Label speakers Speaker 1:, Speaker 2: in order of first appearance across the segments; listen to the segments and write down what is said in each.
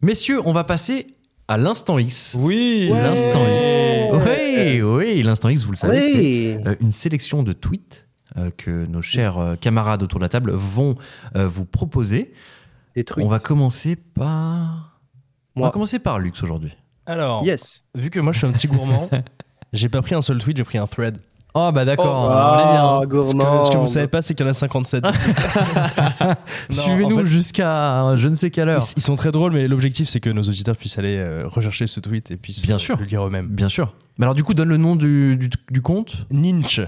Speaker 1: Messieurs, on va passer à l'instant X.
Speaker 2: Oui. Oh.
Speaker 1: L'instant X. Oui, oui, l'instant X, vous le savez, c'est euh, une sélection de tweets euh, que nos chers euh, camarades autour de la table vont euh, vous proposer.
Speaker 3: Des trucs.
Speaker 1: On va commencer par. On
Speaker 3: Moi.
Speaker 1: va commencer par Lux aujourd'hui.
Speaker 2: Alors,
Speaker 3: Yes.
Speaker 2: vu que moi je suis un petit gourmand, j'ai pas pris un seul tweet, j'ai pris un thread.
Speaker 1: Oh, bah d'accord, on est bien.
Speaker 3: Ah,
Speaker 2: Ce
Speaker 3: gourmand.
Speaker 2: que, ce que vous savez pas, c'est qu'il y en a 57. Non,
Speaker 1: Suivez-nous
Speaker 2: en fait,
Speaker 1: jusqu'à euh, je ne sais quelle heure.
Speaker 2: Ils, ils sont très drôles, mais l'objectif c'est que nos auditeurs puissent aller euh, rechercher ce tweet et puissent
Speaker 1: Bien
Speaker 2: euh,
Speaker 1: sûr.
Speaker 2: le lire eux-mêmes.
Speaker 1: Bien sûr. Mais alors, du coup, donne le nom du, du, du compte.
Speaker 2: Ninch,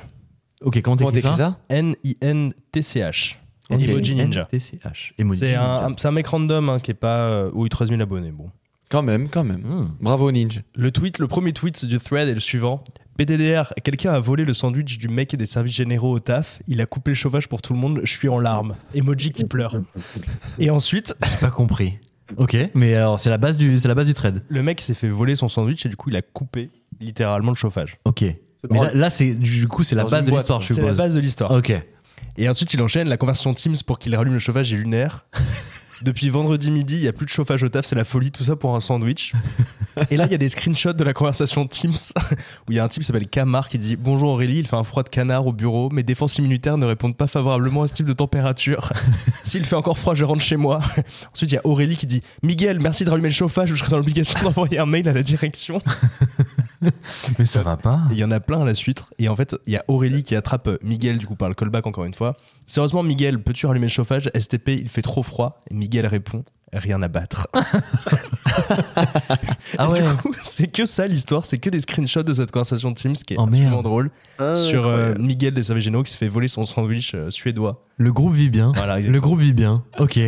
Speaker 1: Ok, comment
Speaker 4: Comment
Speaker 1: t'écris
Speaker 4: t'écris
Speaker 1: ça
Speaker 4: ça
Speaker 2: N-I-N-T-C-H.
Speaker 1: Ok.
Speaker 2: Emoji Ninja.
Speaker 1: NTCH. Emoji
Speaker 2: C'est un,
Speaker 1: Ninja.
Speaker 2: un- c'est un mec random hein, qui est pas euh, aux 3000 abonnés. Bon.
Speaker 4: Quand même, quand même.
Speaker 1: Hmm.
Speaker 4: Bravo Ninja.
Speaker 2: Le tweet, le premier tweet du thread est le suivant. PDDR, quelqu'un a volé le sandwich du mec et des services généraux au taf. Il a coupé le chauffage pour tout le monde. Je suis en larmes. Emoji qui pleure. Et ensuite,
Speaker 1: J'ai Pas compris. Ok, mais alors, c'est la base du, c'est la base du trade.
Speaker 2: le mec s'est fait voler son sandwich et du coup, il a coupé littéralement le chauffage.
Speaker 1: Ok. Mais
Speaker 3: drôle.
Speaker 1: là, là, c'est du coup, c'est la
Speaker 4: Dans
Speaker 1: base
Speaker 4: une
Speaker 1: de
Speaker 4: boîte,
Speaker 1: l'histoire, je
Speaker 2: C'est la
Speaker 1: suppose.
Speaker 2: base de l'histoire.
Speaker 1: Ok.
Speaker 2: Et ensuite, il enchaîne la conversion Teams pour qu'il rallume le chauffage et lunaire. Depuis vendredi midi, il n'y a plus de chauffage au taf, c'est la folie, tout ça pour un sandwich. Et là, il y a des screenshots de la conversation Teams où il y a un type qui s'appelle Camar qui dit Bonjour Aurélie, il fait un froid de canard au bureau, mes défenses immunitaires ne répondent pas favorablement à ce type de température. S'il fait encore froid, je rentre chez moi. Ensuite, il y a Aurélie qui dit Miguel, merci de rallumer le chauffage, je serai dans l'obligation d'envoyer un mail à la direction.
Speaker 1: Mais ça va pas.
Speaker 2: Et Il y en a plein à la suite. Et en fait, il y a Aurélie qui attrape euh, Miguel, du coup, par le callback encore une fois. Sérieusement, Miguel, peux-tu rallumer le chauffage STP, il fait trop froid. Et Miguel répond Rien à battre.
Speaker 1: Ah
Speaker 2: Et
Speaker 1: ouais.
Speaker 2: Du coup, c'est que ça l'histoire, c'est que des screenshots de cette conversation de Teams qui est
Speaker 1: Oh, merde.
Speaker 2: absolument drôle. Sur euh,
Speaker 3: Ah, Incroyable.
Speaker 2: Miguel des Savés Généraux qui se fait voler son sandwich euh, suédois.
Speaker 1: Le groupe vit bien.
Speaker 2: Voilà,
Speaker 1: Le groupe vit bien. Ok.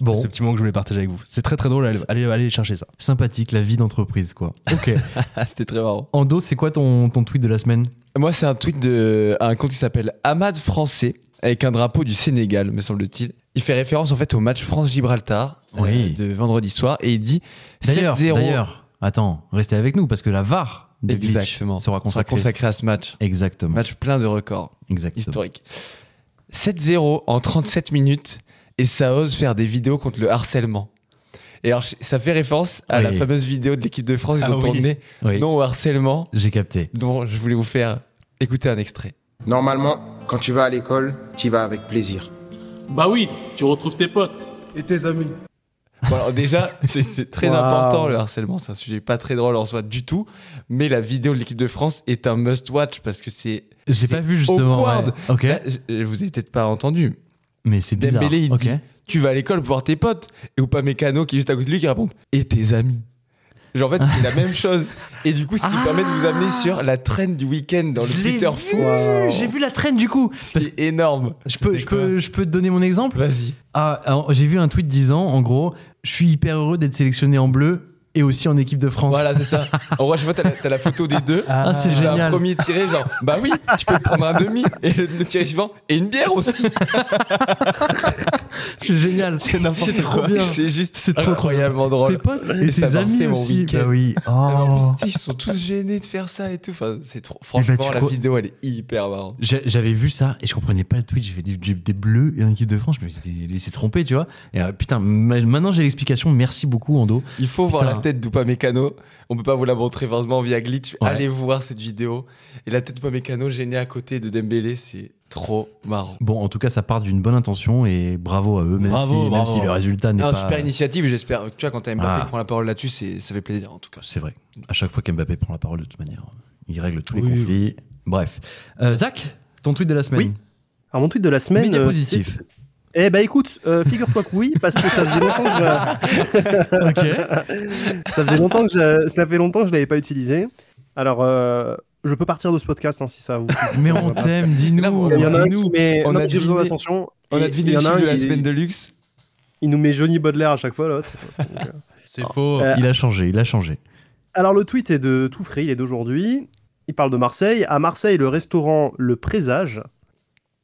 Speaker 1: Bon,
Speaker 2: C'est ce petit moment que je voulais partager avec vous. C'est très très drôle, allez, allez, allez chercher ça.
Speaker 1: sympathique, la vie d'entreprise, quoi. Ok.
Speaker 4: Ah, c'était très marrant.
Speaker 1: Ando, c'est quoi ton, ton tweet de la semaine
Speaker 4: Moi, c'est un tweet de un compte qui s'appelle Ahmad Français avec un drapeau du Sénégal, me semble-t-il. Il fait référence en fait au match France-Gibraltar euh,
Speaker 1: Oui.
Speaker 4: de vendredi soir et il dit
Speaker 1: D'ailleurs,
Speaker 4: 7-0.
Speaker 1: d'ailleurs, attends, restez avec nous parce que la VAR de Glitch
Speaker 4: Exactement.
Speaker 1: sera consacrée.
Speaker 4: à ce match.
Speaker 1: Exactement.
Speaker 4: Match plein de records
Speaker 1: Exactement.
Speaker 4: historiques. 7-0 en 37 minutes et ça ose faire des vidéos contre le harcèlement. Et alors, ça fait référence à la
Speaker 1: Oui.
Speaker 4: fameuse vidéo de l'équipe de France ils
Speaker 2: Ah oui.
Speaker 4: ont tourné
Speaker 1: Oui,
Speaker 4: non au harcèlement
Speaker 1: J'ai capté.
Speaker 4: dont je voulais vous faire écouter un extrait.
Speaker 5: Normalement, quand tu vas à l'école, tu y vas avec plaisir.
Speaker 6: Bah oui, tu retrouves tes potes.
Speaker 7: et tes amis.
Speaker 4: Bon, alors déjà, c'est- c'est très
Speaker 3: Wow.
Speaker 4: important le harcèlement, c'est un sujet pas très drôle en soi du tout, mais la vidéo de l'équipe de France est un must-watch parce que c'est...
Speaker 1: J'ai
Speaker 4: c'est
Speaker 1: pas vu justement. ouais.
Speaker 4: awkward.
Speaker 1: Ok.
Speaker 4: Là, je- vous avez peut-être pas entendu.
Speaker 1: Mais c'est bizarre.
Speaker 4: Dembélé, il
Speaker 1: Ok.
Speaker 4: dit- Tu vas à l'école voir tes potes, et ou pas Mécano qui est juste à côté de lui qui répond « Et tes amis ?» Genre en fait, c'est la même chose. Et du coup, ce qui
Speaker 1: Ah.
Speaker 4: permet de vous amener sur la traîne du week-end dans le
Speaker 1: Je l'ai
Speaker 4: Twitter
Speaker 1: vu,
Speaker 4: foot.
Speaker 1: J'ai vu la traîne du coup. Parce
Speaker 4: C'est énorme.
Speaker 1: Je peux, je, peux, je peux te donner mon exemple
Speaker 4: Vas-y.
Speaker 1: Ah, alors, J'ai vu un tweet disant, en gros, je suis hyper heureux d'être sélectionné en bleu et aussi en équipe de France.
Speaker 4: Voilà, c'est ça. En vrai, je vois, t'as la, t'as la photo des deux.
Speaker 1: Ah, c'est
Speaker 4: J'ai un
Speaker 1: génial.
Speaker 4: premier tiré, genre, bah oui, tu peux prendre un demi et le, le tiré suivant et une bière aussi.
Speaker 1: C'est génial.
Speaker 4: C'est n'importe
Speaker 1: trop
Speaker 4: quoi.
Speaker 1: bien.
Speaker 4: C'est juste, c'est
Speaker 1: trop, trop bien.
Speaker 4: incroyablement drôle.
Speaker 1: Tes potes et,
Speaker 4: Et ça
Speaker 1: tes
Speaker 4: m'a
Speaker 1: amis
Speaker 4: refait mon
Speaker 1: aussi.
Speaker 4: week-end. Ah,
Speaker 1: Bah oui.
Speaker 4: En plus,
Speaker 1: Oh.
Speaker 4: tu sais, ils sont tous gênés de faire ça et tout. Enfin, c'est trop.
Speaker 1: ben,
Speaker 4: Franchement,
Speaker 1: tu
Speaker 4: la
Speaker 1: crois-
Speaker 4: vidéo, elle est hyper marrante.
Speaker 1: J'ai- J'avais vu ça et je comprenais pas le tweet. J'ai fait des, j'ai des bleus et une équipe de France. Je me suis dit, laissé tromper, tu vois. Et euh, putain, ma- maintenant j'ai l'explication. Merci beaucoup, Ando.
Speaker 4: Il faut voir
Speaker 1: Putain.
Speaker 4: la tête d'Upamecano. On peut pas vous la montrer forcément via glitch.
Speaker 1: Ouais.
Speaker 4: Allez voir cette vidéo. Et la tête d'Upamecano gênée à côté de Dembélé, c'est trop marrant.
Speaker 1: Bon, en tout cas, ça part d'une bonne intention et bravo à eux, même,
Speaker 2: Bravo,
Speaker 1: si, même
Speaker 2: bravo.
Speaker 1: si le résultat n'est
Speaker 4: Non,
Speaker 1: pas.
Speaker 4: super initiative, j'espère. Tu vois, quand t'as Mbappé
Speaker 1: Ah.
Speaker 4: qui prend la parole là-dessus, c'est- ça fait plaisir en tout cas.
Speaker 1: C'est vrai. À chaque fois qu'Mbappé prend la parole, de toute manière, euh, il règle tous les
Speaker 4: Oui,
Speaker 1: conflits. Bref. Euh, Zach, ton tweet de la semaine.
Speaker 3: Oui. Alors, mon tweet de la semaine.
Speaker 1: Média
Speaker 3: euh,
Speaker 1: positif.
Speaker 3: c'est- Eh bah écoute, euh, figure-toi que oui, parce que ça faisait longtemps que je,
Speaker 1: ok.
Speaker 3: ça faisait longtemps que je, ça fait longtemps que je l'avais pas utilisé. Alors, euh, je peux partir de ce podcast hein, si ça vous.
Speaker 1: Mais on t'aime,
Speaker 4: Là,
Speaker 1: dis-nous.
Speaker 4: on-
Speaker 3: Il y en a un qui
Speaker 4: Dis-nous,
Speaker 3: met.
Speaker 4: on
Speaker 3: non,
Speaker 4: a
Speaker 3: j'ai besoin
Speaker 4: deviné-
Speaker 3: d'attention.
Speaker 4: On a
Speaker 3: Et il
Speaker 4: deviné
Speaker 3: y
Speaker 4: le
Speaker 3: en a
Speaker 4: chiffre
Speaker 3: un
Speaker 4: de la
Speaker 3: qui-
Speaker 4: semaine de luxe.
Speaker 3: Il nous met Johnny Baudelaire à chaque fois, l'autre.
Speaker 2: C'est faux.
Speaker 3: Euh,
Speaker 1: Il a changé, il a changé.
Speaker 3: Alors le tweet est de tout frais, il est d'aujourd'hui. Il parle de Marseille. À Marseille, le restaurant Le Présage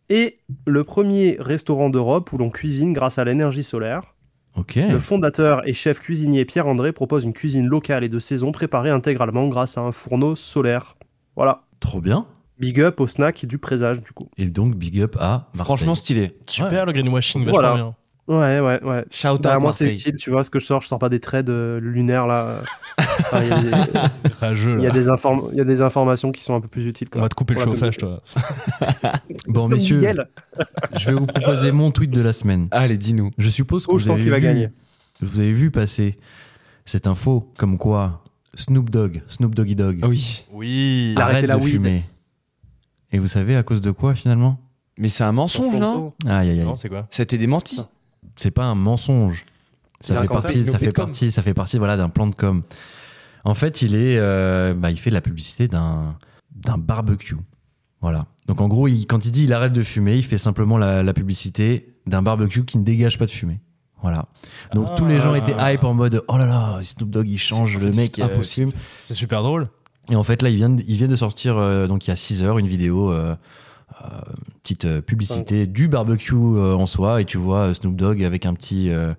Speaker 3: est le premier restaurant d'Europe où l'on cuisine grâce à l'énergie solaire.
Speaker 1: Ok.
Speaker 3: Le fondateur et chef cuisinier Pierre André propose une cuisine locale et de saison préparée intégralement grâce à un fourneau solaire. Voilà.
Speaker 1: Trop bien.
Speaker 3: Big up au snack du Présage du coup.
Speaker 1: Et donc, big up à Marseille.
Speaker 4: Franchement stylé.
Speaker 2: Super le greenwashing, vachement
Speaker 3: Voilà.
Speaker 2: bien.
Speaker 3: Ouais, ouais, ouais.
Speaker 4: Shout
Speaker 3: Bah,
Speaker 4: out
Speaker 3: moi, c'est
Speaker 4: Marseille.
Speaker 3: utile, tu vois, ce que je sors, je sors pas des trades euh, lunaires, là. Enfin, Il y, a des-
Speaker 2: Rageux,
Speaker 3: il y a
Speaker 2: là.
Speaker 3: des inform- il y a des informations qui sont un peu plus utiles.
Speaker 2: On
Speaker 3: Quoi.
Speaker 2: va te couper le
Speaker 3: Pour la
Speaker 2: chauffage, toi.
Speaker 1: Bon,
Speaker 3: Comme
Speaker 1: messieurs,
Speaker 3: Miguel.
Speaker 1: je vais vous proposer mon tweet de la semaine.
Speaker 4: Allez, dis-nous.
Speaker 1: Je suppose que
Speaker 3: Oh, je
Speaker 1: vous
Speaker 3: sens
Speaker 1: avez,
Speaker 3: qu'il va
Speaker 1: vu,
Speaker 3: gagner.
Speaker 1: vous avez vu passer cette info comme quoi Snoop Dogg, Snoop Doggy Dogg,
Speaker 4: Ah Oui.
Speaker 2: Oui.
Speaker 3: a
Speaker 1: arrête
Speaker 3: arrêté la
Speaker 1: de
Speaker 3: weed.
Speaker 1: fumer. Et vous savez à cause de quoi finalement
Speaker 4: Mais c'est un mensonge, non
Speaker 1: Aïe aïe aïe.
Speaker 2: Non, c'est quoi
Speaker 4: Ça a été démenti.
Speaker 1: c'est pas un mensonge.
Speaker 3: Il
Speaker 1: Ça
Speaker 3: a
Speaker 1: fait
Speaker 3: un cancer,
Speaker 1: partie,
Speaker 4: il est
Speaker 1: ça
Speaker 4: opé de
Speaker 1: fait
Speaker 4: com.
Speaker 1: partie, ça fait partie, voilà, d'un plan de com. En fait, il est, euh, bah, il fait la publicité d'un d'un barbecue, voilà. Donc en gros, il- quand il dit il arrête de fumer, il fait simplement la, la publicité d'un barbecue qui ne dégage pas de fumée, voilà. Donc tous les gens étaient hype en mode oh là là, Snoop Dogg il change le mec, euh,
Speaker 4: impossible.
Speaker 2: C'est super drôle.
Speaker 1: et en fait, là, il vient de, il vient de sortir, euh, donc il y a 6 heures, une vidéo, euh, euh, petite euh, publicité du barbecue euh, en soi. Et tu vois euh, Snoop Dogg avec un petit. euh,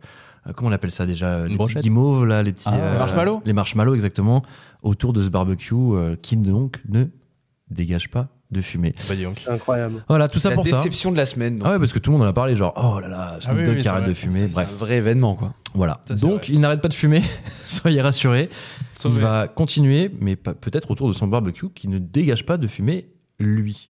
Speaker 1: euh, comment on appelle ça déjà Les
Speaker 2: brochette.
Speaker 1: petits guimauves, là, les petits.
Speaker 2: Ah,
Speaker 1: euh,
Speaker 4: les marshmallows
Speaker 1: Les marshmallows, exactement, autour de ce barbecue euh, qui donc ne dégage pas de fumée.
Speaker 2: Bah, dis donc.
Speaker 3: C'est incroyable.
Speaker 1: Voilà, tout ça
Speaker 4: la
Speaker 1: pour ça.
Speaker 4: déception de la semaine. donc.
Speaker 1: Ah ouais, parce que tout le monde en a parlé, genre, oh là là, Snoop
Speaker 2: Ah oui,
Speaker 1: Dogg
Speaker 2: oui,
Speaker 1: qui
Speaker 2: c'est
Speaker 1: arrête
Speaker 2: vrai.
Speaker 1: de fumer,
Speaker 4: C'est un
Speaker 1: bref,
Speaker 4: vrai événement, quoi.
Speaker 1: voilà.
Speaker 2: Ça, c'est
Speaker 1: Donc,
Speaker 2: vrai.
Speaker 1: il n'arrête pas de fumer, soyez rassurés.
Speaker 2: Sauvé.
Speaker 1: Il va continuer, mais pas- peut-être autour de son barbecue qui ne dégage pas de fumée, lui.